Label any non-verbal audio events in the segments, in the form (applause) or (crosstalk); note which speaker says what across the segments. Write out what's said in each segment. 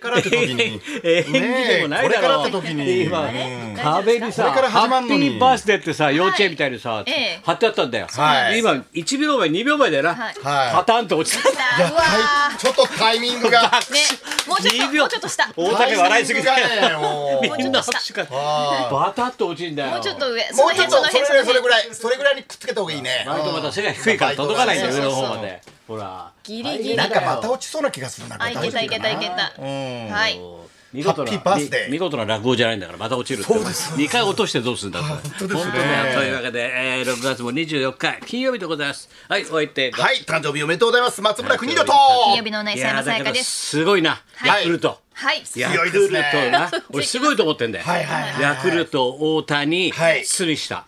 Speaker 1: からって時に。
Speaker 2: えー、演技でもな
Speaker 1: ねえこ
Speaker 2: いだろう。
Speaker 1: れからって時に
Speaker 2: 今
Speaker 1: うん
Speaker 2: 壁にさ、
Speaker 1: これから
Speaker 2: ハ
Speaker 1: 始まん
Speaker 2: ッピ
Speaker 1: のに
Speaker 2: ーバースデーってさ、幼稚園みたいにさ、
Speaker 3: ええ
Speaker 2: 貼ってあったんだよ。
Speaker 1: はい
Speaker 2: で今一秒前、二秒前だよな。
Speaker 3: はい
Speaker 1: はい
Speaker 2: パタンと落ちた。
Speaker 3: いやうわ
Speaker 1: はい、ちょっとタイミングが。
Speaker 3: ーねもうちょっ
Speaker 2: 二
Speaker 3: ともうちょっと下も
Speaker 2: (laughs) 大竹笑いすぎだ
Speaker 1: タイミングがね
Speaker 2: よ。
Speaker 1: もう
Speaker 3: う
Speaker 2: みんな拍手が。
Speaker 1: あ
Speaker 2: バタッと落ちんだよ。
Speaker 3: うちょっと上
Speaker 1: ー
Speaker 3: そ
Speaker 1: も
Speaker 3: の
Speaker 1: うちょっ
Speaker 3: 辺
Speaker 1: と
Speaker 3: その
Speaker 1: それ
Speaker 3: 辺
Speaker 1: ぐ
Speaker 3: そ
Speaker 1: ら
Speaker 3: の
Speaker 1: いそれぐらい
Speaker 3: 辺
Speaker 1: それぐらいにくっつけた方がいいね。
Speaker 2: バイトまた背が低いから届かないんだよ、
Speaker 3: そ
Speaker 2: 上
Speaker 3: うそう
Speaker 2: の
Speaker 3: そう
Speaker 2: 方まで。ほら。
Speaker 3: ギリギリ
Speaker 1: なんかまた落ちそうな気がするな。
Speaker 3: あいけたいけたいけたはい
Speaker 2: 見事な
Speaker 1: ハッピーバースデー
Speaker 2: み見事な落語じゃないんだからまた落ちるって
Speaker 1: そうです
Speaker 2: 2回落としてどうするんだって本当ですねというわけで、えー、6月も24日金曜日でございますはいお相手が
Speaker 1: はい、誕生日おめでとうございます。松村邦洋と。
Speaker 3: 金曜日のお姉
Speaker 2: い
Speaker 3: さん
Speaker 2: やー
Speaker 3: 山さや
Speaker 2: だ
Speaker 3: か
Speaker 2: けど
Speaker 3: です
Speaker 2: すごいな、
Speaker 3: はい
Speaker 2: ヤクルト
Speaker 3: はい
Speaker 2: ヤ
Speaker 1: 強
Speaker 2: ク
Speaker 1: いです
Speaker 2: ルト
Speaker 1: ね (laughs)
Speaker 2: な、俺すごいと思ってんだよ、
Speaker 1: はいはいはい
Speaker 2: ヤクルト大谷、
Speaker 1: はい
Speaker 2: 堤下、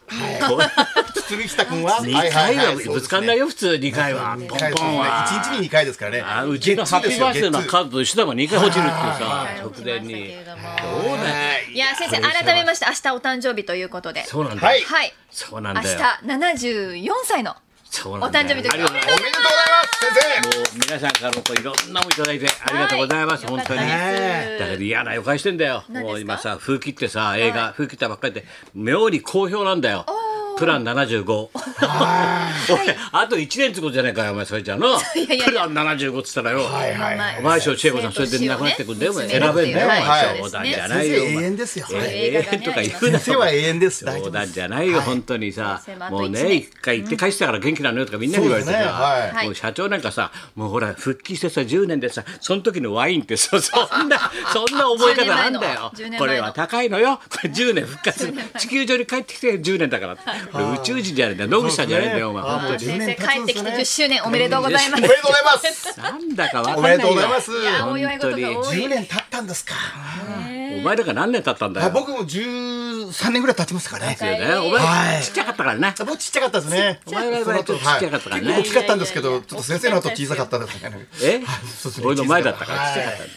Speaker 1: (laughs) 堤下君は
Speaker 2: 二2回はぶつかんない
Speaker 1: よ。
Speaker 2: よ普通2回は
Speaker 1: そ
Speaker 2: ポン
Speaker 1: うですね
Speaker 2: ポンは
Speaker 1: 一日に二回ですからね。
Speaker 2: あうちのハッピーバースデーのカードと一緒だもん2回落ちるっていうさ直前に
Speaker 3: い
Speaker 2: そうだよ
Speaker 3: や先生改めまして明日お誕生日ということで
Speaker 2: そうなんだよ、
Speaker 1: はい
Speaker 3: はい
Speaker 2: そうなん
Speaker 3: 明
Speaker 2: だよ
Speaker 3: 日七十四歳の
Speaker 2: そう
Speaker 3: お
Speaker 2: なんだ
Speaker 3: 誕
Speaker 2: よ
Speaker 3: 生日と
Speaker 2: あ
Speaker 3: い
Speaker 2: り
Speaker 3: う
Speaker 2: が
Speaker 3: ことと
Speaker 2: う
Speaker 3: で
Speaker 1: おめでとうございます、先生。
Speaker 2: もう皆さんからのこういろんなもんいただいてありがとうございます、本当に。
Speaker 3: よかった
Speaker 2: だ
Speaker 3: です
Speaker 2: けど嫌な予感してんだよ。
Speaker 3: 何ですか
Speaker 2: もう今さ風切ってさ映画、風切ったばっかりで妙に好評なんだよ。プラン75。俺あと1年ってことじゃないかよお前それじゃあの。
Speaker 3: いやいや
Speaker 2: プラン75っつったらよ。
Speaker 1: はいはいはい。
Speaker 2: お前賞千恵子さんそれでなくなってくんだよ、
Speaker 3: 生と死
Speaker 2: 選
Speaker 3: をね
Speaker 2: べんだよ、
Speaker 1: はい
Speaker 2: 冗談
Speaker 3: はい
Speaker 2: じゃない
Speaker 1: 先
Speaker 2: よ
Speaker 1: 生永
Speaker 2: お前
Speaker 1: 遠ですよ。
Speaker 3: え
Speaker 2: 永遠とか言う
Speaker 1: 先
Speaker 2: な
Speaker 1: 生は永遠です。大丈夫で
Speaker 2: 冗
Speaker 1: す
Speaker 2: 談じゃないよ、本当にさ
Speaker 3: 先生もあと
Speaker 2: もう
Speaker 3: 一
Speaker 2: ね
Speaker 3: 年
Speaker 2: 一回行って返したから元気なのよとかみんなに言われてさ、
Speaker 1: そうですねはい
Speaker 2: もう社長なんかさもうほら復帰してさ10年でさそ
Speaker 1: (laughs)
Speaker 2: の時のワインってさそんなそんな覚え方なんだよ
Speaker 3: 10年前の
Speaker 2: これは高いのよこれ10年復活地球上に帰ってきて10年だからこれ宇宙人じゃないんだよ野口さんじゃないんだよお前
Speaker 1: そうですね
Speaker 2: 本
Speaker 1: もう10
Speaker 2: 当に
Speaker 3: 先生
Speaker 1: 年経
Speaker 3: 帰
Speaker 1: つ
Speaker 3: っ
Speaker 1: ん
Speaker 3: て
Speaker 1: で
Speaker 3: き
Speaker 1: すね
Speaker 3: て10周年おめでとうございます
Speaker 1: おめでとうございます。
Speaker 2: なんだかわか
Speaker 1: お
Speaker 2: んな
Speaker 1: め
Speaker 2: い
Speaker 1: でと
Speaker 2: よ
Speaker 1: うございます。
Speaker 3: いやお祝い事が多い
Speaker 1: 10年経ったんですか。
Speaker 2: お前だから何年経ったんだ
Speaker 1: あ
Speaker 2: よ
Speaker 1: 僕も13年ぐらい経ちましたからね。
Speaker 2: そうだよお
Speaker 1: は
Speaker 2: 前
Speaker 1: い
Speaker 2: ちっちゃかったからな
Speaker 1: 僕ちっちゃかったですね。
Speaker 2: ちゃい
Speaker 1: その後
Speaker 2: ちっちゃかったからね
Speaker 1: はい結構大きかったんですけど、ちょっと先生の後小さかったですね。 (laughs)
Speaker 2: え
Speaker 1: はいそうですね
Speaker 2: 俺の前だったから
Speaker 1: は
Speaker 2: ちっ
Speaker 1: い
Speaker 2: ちゃかったんだ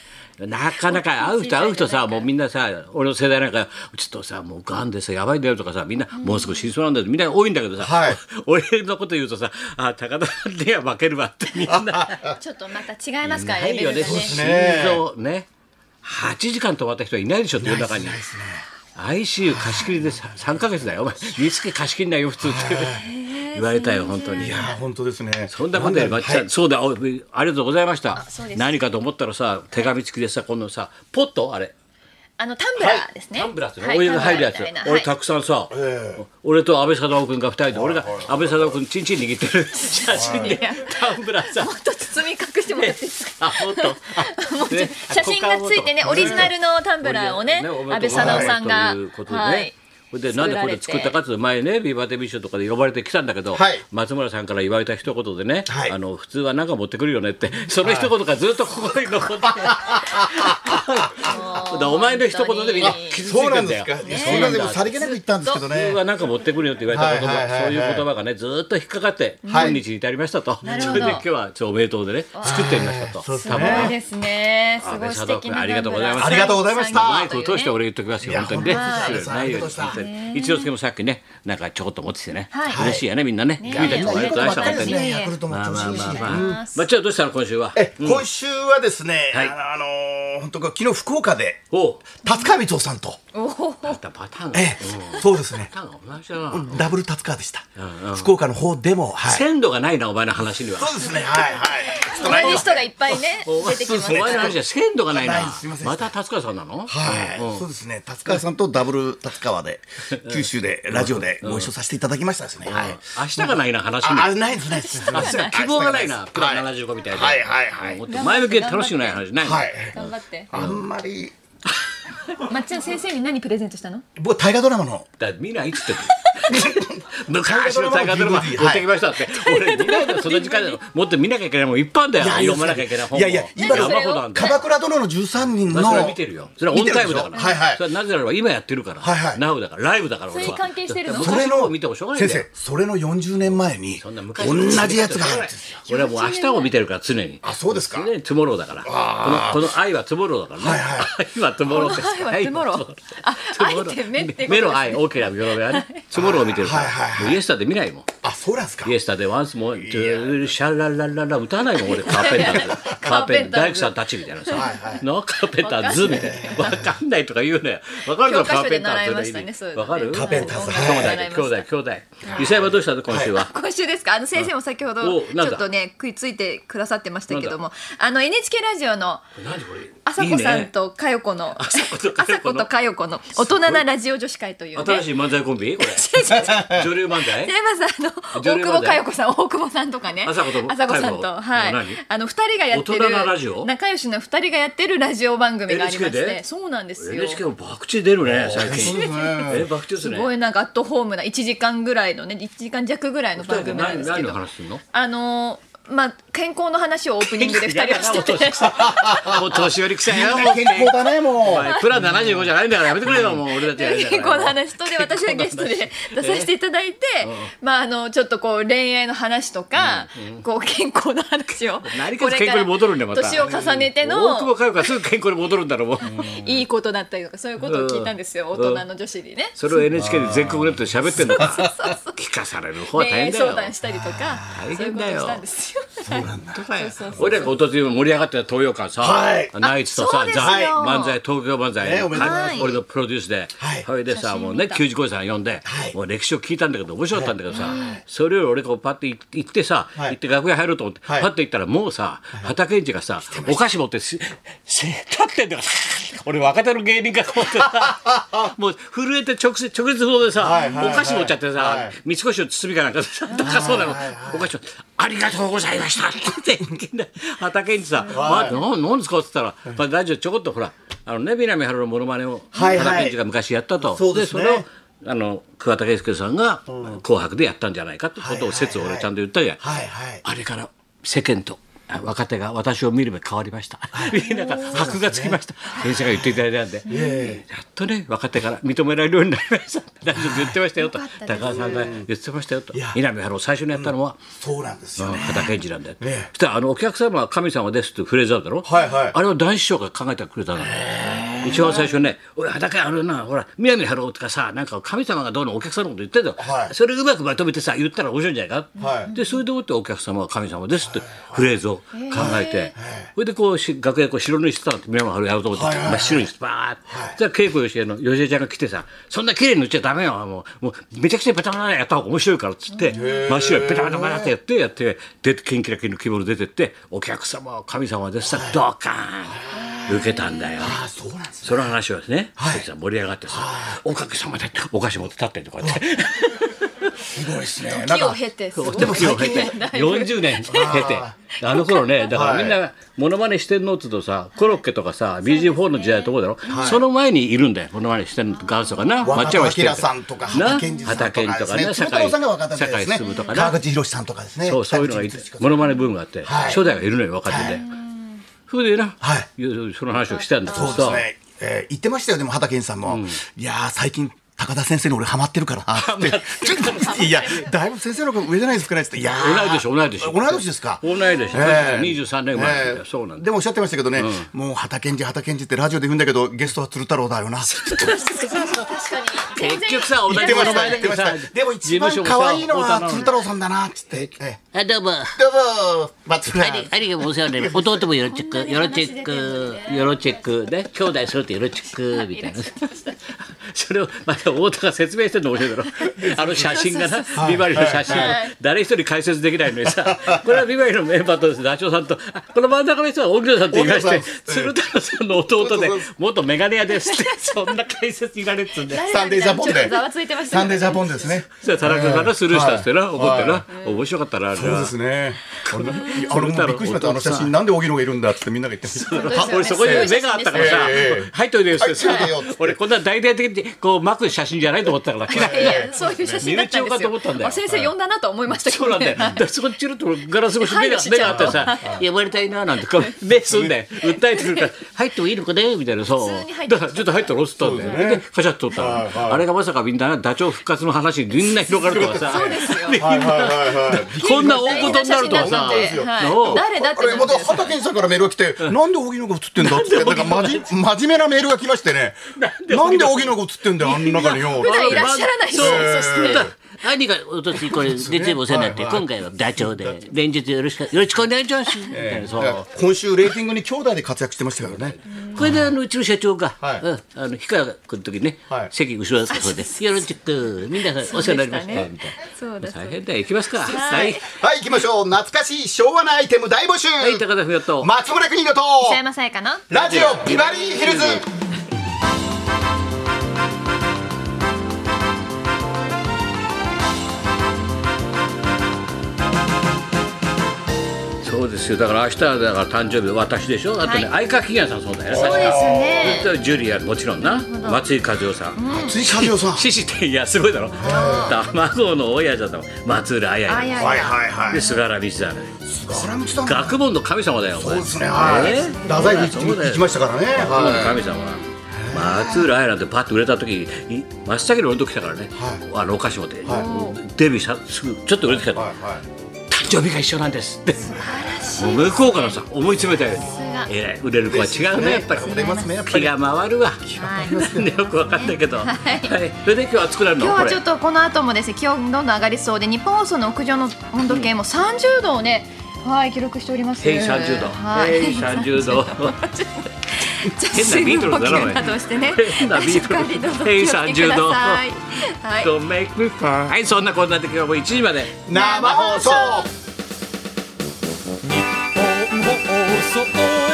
Speaker 2: なかなか会う人会う人さもうみんなさ俺の世代なんかちょっとさもうがんでさやばいんだよとかさみんなもうすぐ死にそうなんだよみんな多いんだけどさ、
Speaker 1: はい
Speaker 2: 俺のこと言うとさあ高田さんでは負けるわってみんな
Speaker 3: ちょっとまた違いますから
Speaker 2: な
Speaker 3: レ
Speaker 2: い
Speaker 3: ベル
Speaker 2: よね
Speaker 3: がね
Speaker 1: そうです
Speaker 2: 心
Speaker 1: ね
Speaker 2: 臓ね8時間止まった人はいないでしょって世の中に ICU 貸し切りでさ3か月だよお前リスケ貸し切りないよ普通って言われたよ本当に
Speaker 1: いやー本当ですね。
Speaker 2: そんなことで、まっちゃん、そうだ、おありがとうございました
Speaker 3: そうで。す
Speaker 2: 何かと思ったらさ、手紙付きでさ、このさ、ポット、あれ。
Speaker 3: あのタンブラーですね
Speaker 2: タンブラーってね
Speaker 3: はい
Speaker 2: お湯が入るやつ
Speaker 3: タンブラーみたいな。
Speaker 2: 俺たくさんさ、俺と安倍貞夫君が二人で、俺が安倍貞夫君チンチン握って
Speaker 3: (laughs)
Speaker 2: る写真で
Speaker 3: いや、
Speaker 2: タンブラーさ
Speaker 3: も。っと包み隠してもらっていいですか。
Speaker 2: あ、もっと。あ
Speaker 3: もうちょ
Speaker 2: ね
Speaker 3: 写真がついてね、オリジナルのタンブラーをね、安倍貞夫さんが
Speaker 2: ということ。で
Speaker 3: は
Speaker 2: ね
Speaker 3: い。
Speaker 2: それでなんでこれ作ったかというと前ねビバテビッションとかで呼ばれてきたんだけど、
Speaker 1: はい
Speaker 2: 松村さんから言われた一言でね、
Speaker 1: はい
Speaker 2: あの普通は何か持ってくるよねってその一言がずっと心に
Speaker 1: (laughs)
Speaker 2: 残って、だからお前の一言でみんな傷つ
Speaker 1: そう
Speaker 2: い
Speaker 1: な
Speaker 2: て
Speaker 1: ん
Speaker 2: ん
Speaker 1: で
Speaker 2: だ
Speaker 1: す
Speaker 2: よ
Speaker 1: か。。いやそんなでもさりげなく言ったんですけど
Speaker 2: 普
Speaker 1: ね
Speaker 2: 通。はなんか持ってくるよって言われた言
Speaker 1: はい
Speaker 2: 葉、
Speaker 1: はいはいはい
Speaker 2: そういう言葉がねずーっと引っかかって、
Speaker 1: はい
Speaker 2: 今日に至りましたと、
Speaker 3: なる
Speaker 2: そ
Speaker 3: ほど
Speaker 2: れで今日はちょっとお弁当でね作ってみましたと、
Speaker 1: そうです
Speaker 2: た
Speaker 1: ね
Speaker 2: まに
Speaker 3: そうですね。す
Speaker 2: 安
Speaker 3: ご
Speaker 2: 倍
Speaker 3: い素
Speaker 2: 貞夫
Speaker 3: 敵
Speaker 2: 君
Speaker 3: な
Speaker 2: ありがとうございます
Speaker 1: ありがとうございました
Speaker 2: マイクを通してお礼言っときますよ、
Speaker 1: いや
Speaker 2: 本当にね。
Speaker 1: 本当です
Speaker 2: はい
Speaker 1: ありがとうございました
Speaker 2: に一之輔もさっきね、なんかちょこっと持ってきてね、
Speaker 3: はい
Speaker 2: 嬉しいよね、みんなね。君たちもありがとうございました、
Speaker 3: ね
Speaker 2: 本当に
Speaker 3: ね
Speaker 2: ね。
Speaker 1: ヤクルトも
Speaker 2: まあ
Speaker 1: 調
Speaker 2: まあ
Speaker 1: 子いいし
Speaker 2: まあ
Speaker 1: ね。
Speaker 2: まあ。まっちゃんどうしたの今週は。
Speaker 1: え、今週はですね、
Speaker 2: はい
Speaker 1: あのー本当か昨日福岡で
Speaker 2: おう、
Speaker 1: 達川光夫さんと、
Speaker 2: またパターンが。
Speaker 1: ええ、そうですね
Speaker 2: パ、ターンが同じだな。
Speaker 1: ダブル達川でした。福岡の方でも、はい。
Speaker 2: 鮮度がないな、お前の話には。
Speaker 1: そうですね、はいはい。
Speaker 3: 同じ人がいっぱいね
Speaker 2: お前
Speaker 3: 出てきます
Speaker 2: お前の話は鮮度がない
Speaker 1: ない
Speaker 2: な
Speaker 1: すいませ。ん
Speaker 2: また達川さんなの
Speaker 1: はい、
Speaker 2: うんうん
Speaker 1: そうですね。達川さんとダブル達川で、九州でラジオでご一緒させていただきましたですね。はい。
Speaker 2: 明日がないな、話に
Speaker 1: あ、。あないですないです。
Speaker 2: 明日が希望がないな、プラン
Speaker 1: はい
Speaker 2: 75みたいな。
Speaker 1: はいはいはい
Speaker 2: もっと前向きで楽しくない話ないの
Speaker 1: はい。
Speaker 3: 頑張って。
Speaker 1: あんまり、
Speaker 3: まっちゃん先生に何プレゼントしたの？
Speaker 1: 僕大河ドラマの、
Speaker 2: だから見ないっつってんの
Speaker 1: (laughs)
Speaker 2: 昔の大河ドラマ持ってきましたって、俺見ないのその時間でもっと見なきゃいけないもんいっぱいあんだよ
Speaker 1: いや
Speaker 2: 読まなきゃいけない本も
Speaker 1: いやいや今の
Speaker 2: 山ほどあんだよ
Speaker 1: 鎌倉殿の十三人
Speaker 2: まあ
Speaker 1: の。
Speaker 2: それは見てるよそれはオンタイムだか
Speaker 1: 見てる
Speaker 2: ら、
Speaker 1: でしょはいはい
Speaker 2: それはなぜならば今やってるから、
Speaker 1: はいはい
Speaker 2: ナウだからライブだから俺は
Speaker 3: それに関係してる
Speaker 2: だ
Speaker 3: の
Speaker 2: から昔の方見てもしょうがないん
Speaker 1: 先
Speaker 2: だよ
Speaker 1: 生、それの40年前に、
Speaker 2: そんな昔
Speaker 1: 同じやつがあるんですよ。
Speaker 2: 俺はもう明日を見てるから常に
Speaker 1: あ、そうですか。
Speaker 2: 常にトゥモローだからこのこの愛はトゥモローだからね、
Speaker 1: はいは
Speaker 2: 愛はトゥモローです
Speaker 3: (laughs) 愛はトゥモローあ愛って目ってことですね
Speaker 2: 目の愛大きな目の目はねトゥモローを見てるから、
Speaker 1: はいはいはい
Speaker 2: もうイエスタで見ないもん
Speaker 1: あ、そそうなんですか
Speaker 2: イエスタでワンスも、シャララララ歌わないもん、俺、カーペンターズ。カーペンターズ、大工さんたちみたいなさ、のカーペンターズみたいな。わかんないとか言うのよ。わかるの
Speaker 3: 教科
Speaker 2: カ
Speaker 3: 書
Speaker 2: ーペ
Speaker 3: で
Speaker 2: ンター
Speaker 3: 習い
Speaker 2: ズ
Speaker 3: ま
Speaker 2: の
Speaker 3: し
Speaker 2: 意
Speaker 3: たねそうい
Speaker 2: 味。
Speaker 3: うの
Speaker 2: わか
Speaker 3: ね
Speaker 2: る
Speaker 3: うん
Speaker 1: カーペンターズ
Speaker 3: うん
Speaker 1: はい
Speaker 2: 兄弟
Speaker 3: 習いま
Speaker 2: 兄
Speaker 3: した
Speaker 2: 弟兄弟。伊勢はどうしたの今週は。
Speaker 3: 今週ですかあの先生も先ほ
Speaker 2: お
Speaker 3: どちょ
Speaker 2: なん
Speaker 3: っ
Speaker 2: だ
Speaker 3: とね食いついてくださってましたけどもあの NHK ラジオの
Speaker 2: 何これ
Speaker 3: 朝子さん。
Speaker 2: い
Speaker 3: と佳代子の
Speaker 2: 朝子と佳代子の
Speaker 3: 朝佳代子の大人なラジオ女子会という
Speaker 2: いね
Speaker 3: ね
Speaker 2: 新しい漫才コンビこれ。女流漫才
Speaker 3: 違いますあの
Speaker 2: 女
Speaker 3: 大
Speaker 2: 流
Speaker 3: 久
Speaker 2: ま
Speaker 3: 保
Speaker 2: で
Speaker 3: 佳代子さん大久保さんとかね
Speaker 2: 朝子と
Speaker 3: 朝子さん
Speaker 2: 佳代
Speaker 3: と
Speaker 2: 子
Speaker 3: はい
Speaker 2: 何
Speaker 3: あの二人がやって
Speaker 2: 大
Speaker 3: る
Speaker 2: 人なラジオ
Speaker 3: 仲良しの二人がやってるラジオ番組がありまし
Speaker 2: NHK で
Speaker 3: てそうなんですよ
Speaker 2: NHK も爆地出るね、最
Speaker 1: そう
Speaker 2: 近。
Speaker 1: ですね
Speaker 2: え、爆地です
Speaker 3: す
Speaker 2: ね。
Speaker 3: ごいなんかアットホームな1時間ぐらいのね1時間弱ぐらいの番
Speaker 2: 二人
Speaker 3: 組
Speaker 2: で
Speaker 3: なんで
Speaker 2: 何
Speaker 3: すけ
Speaker 2: 何
Speaker 3: ど
Speaker 2: の話するの
Speaker 3: あのーまあ健康の話をオープニングで2人はしてて
Speaker 2: (laughs) もう年寄りくさいよ、もう。
Speaker 1: 健康だねもう
Speaker 2: お前プラ75じゃないんだからやめてくれよ、もう俺だってやるんだから
Speaker 3: 健康の話とで私がゲストで出させていただいて、まああのちょっとこう恋愛の話とか、こう健康の話を
Speaker 2: 何か
Speaker 3: これ
Speaker 2: 健
Speaker 3: か
Speaker 2: 康に
Speaker 3: ら
Speaker 2: 戻るんだよまた
Speaker 3: 年を重ねて
Speaker 2: 大久保
Speaker 3: の
Speaker 2: 佳代子はすぐ健康に戻るんだろうもう
Speaker 3: いいことだったりとかそういうことを聞いたんですよ
Speaker 2: う
Speaker 3: 大
Speaker 2: ん
Speaker 3: 人の女子にね
Speaker 2: それを NHK で全国ネットで喋ってんのか聞かされる方は
Speaker 3: 恋
Speaker 2: 大変
Speaker 3: 愛
Speaker 2: だよ
Speaker 3: 相談したりとか
Speaker 2: 大
Speaker 3: そうい
Speaker 2: 変
Speaker 3: う
Speaker 2: だ
Speaker 3: ことを
Speaker 2: よ
Speaker 3: したんですよ。
Speaker 2: とかよ
Speaker 3: そうそうそう
Speaker 2: 俺らが一昨日盛り上がってた東洋館さ、
Speaker 1: はい
Speaker 2: ナイツとさ
Speaker 3: あそうです
Speaker 2: ザ
Speaker 3: よ
Speaker 2: 漫才東京漫才、
Speaker 1: ねおめでとうござい
Speaker 3: ます
Speaker 2: 俺のプロデュースで、
Speaker 1: はい
Speaker 2: それでさ
Speaker 3: 写真
Speaker 2: もうね
Speaker 3: 見た
Speaker 2: 95歳さん呼んで、
Speaker 1: はい
Speaker 2: もう歴史を聞いたんだけど面白かったんだけどさ、それより俺こうパッて行行ってさ、
Speaker 1: はい
Speaker 2: 行って楽屋入ろうと思って、
Speaker 1: はい
Speaker 2: パッて行ったらもうさ畑んちがさお菓子持ってしし立ってんだよ (laughs) 俺若手の芸人がこうやっ
Speaker 1: (laughs)
Speaker 2: てさもう震えて直接直接不動でさ、
Speaker 1: はいはいはい
Speaker 2: お菓子持っちゃってさ、
Speaker 1: はい
Speaker 2: 三越を包みかなんかでさどっかそうなの、おかしいありがとうございましたって言って畑にさ「まあ、ななんですか?」って言ったら、まあ、ラジオちょこっとほらあのね南春のモノマネを
Speaker 1: はいはい
Speaker 2: 畑んちが昔やったと、
Speaker 1: そうですね
Speaker 2: それをあの桑田佳祐さんが「紅白」でやったんじゃないかってことを説を俺ちゃんと言ったじゃん、
Speaker 1: はいはい
Speaker 2: あれから世間とあ若手が私を見る目変わりました。みん (laughs) なが箔がつきました。先生が言っていただいたんで、やっとね若手から認められるようになりました。 (laughs) 大丈夫言ってましたよと
Speaker 3: よかったです
Speaker 2: 高橋さんが言ってましたよと
Speaker 1: や。
Speaker 2: 南春を最初にやったのは。
Speaker 1: そうなんですよね
Speaker 2: 畑健二なんだよ、
Speaker 1: ね
Speaker 2: そしたらあのお客様は神様ですっていうフレーズあるだろ、
Speaker 1: はいはい
Speaker 2: あれを男子師匠が考えてくれたの一番最初ね「おい畑あるなほら南春とかさなんか神様がどうのお客さんのこと言ってんだよ、
Speaker 1: はい
Speaker 2: それうまくまとめてさ言ったら面白いんじゃないか、
Speaker 1: はい
Speaker 2: でそれでもってお客様は神様ですってフレーズを考えて、それでこうし楽屋こう白塗りしてたのって南春やろうと思って、
Speaker 1: はいはいはい
Speaker 2: 真っ白にしてバーって、そしたら稽古よしえのよしえちゃんが来てさ「そんな綺麗に塗っちゃダメよもうもうめちゃくちゃベタベタなやった方が面白いから」っつって真っ白いベタベタベタってやってやってでキンキラキンの着物出てって「お客様は神様でしたドカーン!」受けたんだよ。
Speaker 1: あそうなんですね
Speaker 2: その話はですね、関さん盛り上がってさ、おかげさまでお菓子持って立ってとかって、
Speaker 1: すごいですねなん
Speaker 3: 時を
Speaker 1: か
Speaker 3: 経てすごい
Speaker 2: でも今日経て
Speaker 3: だいぶ
Speaker 2: 40年経てあの頃ねだからみんなモノマネしてんのっつうとさコロッケとかさ BG4 の時代のとこだろその前にいるんだよモノマネしてんの元祖かな
Speaker 1: 若
Speaker 2: まっちゃんは知って
Speaker 1: 田明
Speaker 2: る
Speaker 1: さんとか
Speaker 2: な
Speaker 1: 畑健二さんと
Speaker 2: 畑健二と
Speaker 1: か
Speaker 2: か
Speaker 1: で
Speaker 2: ね
Speaker 1: すね鶴太郎さんが若手
Speaker 2: 酒井
Speaker 1: ですね
Speaker 2: 進とか
Speaker 1: 川
Speaker 2: な
Speaker 1: 口博さんとかですね
Speaker 2: そうそういうのがいてモノマネブームがあって
Speaker 1: はい
Speaker 2: 初代がいるのよ若手でそれでな
Speaker 1: はい
Speaker 2: いうその話をしたんだけど
Speaker 1: そうです
Speaker 2: さ
Speaker 1: ね、えー言ってましたよでも畑健二さんも、いやー最近高田先生の俺ハマってるからなって (laughs) ちょっといやだいぶ先生の方が上じゃないですかねっつっていやー
Speaker 2: 同い年同い年
Speaker 1: 同い年ですか
Speaker 2: 同い年
Speaker 1: ええ
Speaker 2: 23年生まれなんだよそうなんだよ
Speaker 1: でもおっしゃってましたけどね、もう畑健二畑健二ってラジオで言うんだけどゲストは鶴太郎だよ
Speaker 2: (laughs)
Speaker 1: な
Speaker 3: 確かに全
Speaker 2: 結
Speaker 3: 然
Speaker 2: 局さ同
Speaker 1: 言
Speaker 2: い
Speaker 1: って
Speaker 2: 年
Speaker 1: まし
Speaker 2: 同
Speaker 1: た
Speaker 2: い
Speaker 1: 言って
Speaker 2: 年
Speaker 1: ま
Speaker 2: さ
Speaker 1: したでも一番
Speaker 2: 事務所もさ
Speaker 1: 可愛いのは
Speaker 2: 太田
Speaker 1: 鶴太郎さんだなっつって、ええ
Speaker 4: あどうも。
Speaker 1: どうも松村
Speaker 4: 兄兄がお世話になりま
Speaker 1: (laughs)
Speaker 4: す。弟もよろちく、よろちく、よろちく、ね、兄弟揃ってよろちくみたいな。
Speaker 2: それをまた太田が説明してるの面白
Speaker 1: (laughs)
Speaker 2: いだろあの写真がなビバリーの写真を誰一人解説できないの
Speaker 1: (laughs)
Speaker 2: にさこれはビバリーのメンバーとですねダチョウさんとあこの真ん中の人は荻野さんって言いまし
Speaker 1: 荻野
Speaker 2: て
Speaker 1: さん
Speaker 2: 鶴太郎さんの弟で
Speaker 1: そうそうそ
Speaker 2: 元メガネ屋ですって (laughs) そんな解説いられっ
Speaker 1: (laughs)
Speaker 2: つうんで
Speaker 1: サンデージャポンで
Speaker 3: ちょっとざわついてました
Speaker 1: サンデージャポンですね
Speaker 2: そしたら田中さんがスルーしたっつってな
Speaker 1: はい
Speaker 2: 怒って
Speaker 1: は
Speaker 2: な面白かったなあれ
Speaker 1: そう
Speaker 2: は
Speaker 1: ですね。あれもびっくりしました。あの写真なんで荻野がいるんだっつってみんなが言ってました。
Speaker 3: ですよ
Speaker 1: (laughs)
Speaker 3: ね
Speaker 2: 俺そこに目があったからさ
Speaker 1: ええええ
Speaker 2: 「入っといでよ」ってさ
Speaker 1: 入っといでよっつって
Speaker 2: 俺こんな大々的にこう巻く写真じゃないと思ってたから嫌い
Speaker 3: いやいやそういう写真だったん
Speaker 2: 身内用
Speaker 3: で
Speaker 2: か
Speaker 3: す
Speaker 2: と
Speaker 3: よ
Speaker 2: 思ったんだよ
Speaker 3: あ先生呼んだなと思いましたけ
Speaker 2: そうな
Speaker 3: ど
Speaker 2: んだ
Speaker 3: ね
Speaker 2: よ。だからそこにチルッとガラス越しに目が目があってさ、呼ばれたいななんてこう目すんだよ。訴えてくるから、入ってもいいのかねみたいな、そう
Speaker 3: 普通に入。って
Speaker 2: だか
Speaker 3: きた
Speaker 2: らちょっと入ったろっつったんだよ。で、カシャッと取ったの。あれがまさかみんなダチョウ復活の話にみんな広がるとはさ、
Speaker 3: そうですよ
Speaker 1: はいはいはいはい。
Speaker 2: こんな大事になるとはさ
Speaker 3: 大事な写真だったんで、
Speaker 2: そ
Speaker 3: は
Speaker 2: う
Speaker 3: い誰だって
Speaker 1: あれまた畑健二さんからメールが来て、なんで荻野が映ってんだっつって、なんかまじ真面目なメールが来 (laughs) ましてね、なんで荻野が映ってんだよ、あん中によ。
Speaker 3: 普段いらっしゃらないし、
Speaker 2: そう
Speaker 3: そして
Speaker 4: 兄がおとついこれ月曜日お世話になって、今回はダチョウで連日よろしくよろしくお願いしますみたいなそう
Speaker 1: 今週レーティングに兄弟で活躍してましたからね。
Speaker 4: これであのうちの社長が、
Speaker 1: はい
Speaker 4: うん、あの氷川君の時ね、
Speaker 1: はい
Speaker 4: 席後ろだったそうで「よろしくみんなお世話になりました」
Speaker 3: そうでした
Speaker 4: みたいな。
Speaker 3: ねそうだそう
Speaker 4: 大
Speaker 3: だ
Speaker 4: 変だよ行きますかは
Speaker 3: はいい、
Speaker 1: はい、行きましょう。懐かしい昭和なアイテム大募集。
Speaker 4: はい、高田文夫と、
Speaker 1: 松村邦人と
Speaker 3: 北山さやかの
Speaker 1: ラジオビバリーヒルズ。
Speaker 2: そうですよだから明日だから誕生日私でしょあとね、
Speaker 3: は
Speaker 2: 相川貴也さんそうだよね
Speaker 3: そうですね
Speaker 2: ジュリアもちろんな松井和夫さん、
Speaker 1: つい上さん。
Speaker 2: 獅子天也すごいだろ卵の親じゃったの松浦綾
Speaker 3: あ
Speaker 2: 也
Speaker 3: や
Speaker 1: はい
Speaker 3: や
Speaker 1: はいは
Speaker 2: で
Speaker 1: い。
Speaker 2: 菅原道真
Speaker 1: ガラムチさん。
Speaker 2: 学問の神様だよお
Speaker 1: そ
Speaker 2: 前
Speaker 1: うですね。はい。
Speaker 2: え
Speaker 1: 太宰府行き行きましたからね。
Speaker 2: 学問の
Speaker 1: は
Speaker 2: 神様松浦綾なんてパッと売れた時い真っ先に俺の時来たからね、あのお菓子持って、デビューしたすぐちょっと売れてきた
Speaker 1: い。
Speaker 2: の、
Speaker 1: はいはい。
Speaker 2: 誕生日が一緒なんですってもう向こうからさ思い詰めたようにえらい売れる子は違うねやっぱり
Speaker 1: そう出ますねやっぱ
Speaker 2: 気
Speaker 1: り。
Speaker 2: が回るわ (laughs)
Speaker 3: はい
Speaker 2: なんでよく分かったけど、はい、それで今日暑くなるの
Speaker 3: 今日
Speaker 2: こ
Speaker 3: は
Speaker 2: れ
Speaker 3: ちょっとこの後もですね気温どんどん上がりそうで日本放送の屋上の温度計も30度をね、はい記録しております
Speaker 2: 平三十度
Speaker 3: はい
Speaker 2: 平三十
Speaker 3: (laughs)
Speaker 2: 度
Speaker 3: 変
Speaker 2: なビートルズだなおい
Speaker 3: などしてね
Speaker 2: 変なビートルズ
Speaker 3: 体調管理どうぞ気をつけてくださいはい
Speaker 2: Don't make me cry はいそんなこんなで今日も1時まで
Speaker 1: 生放送。
Speaker 5: 日本放送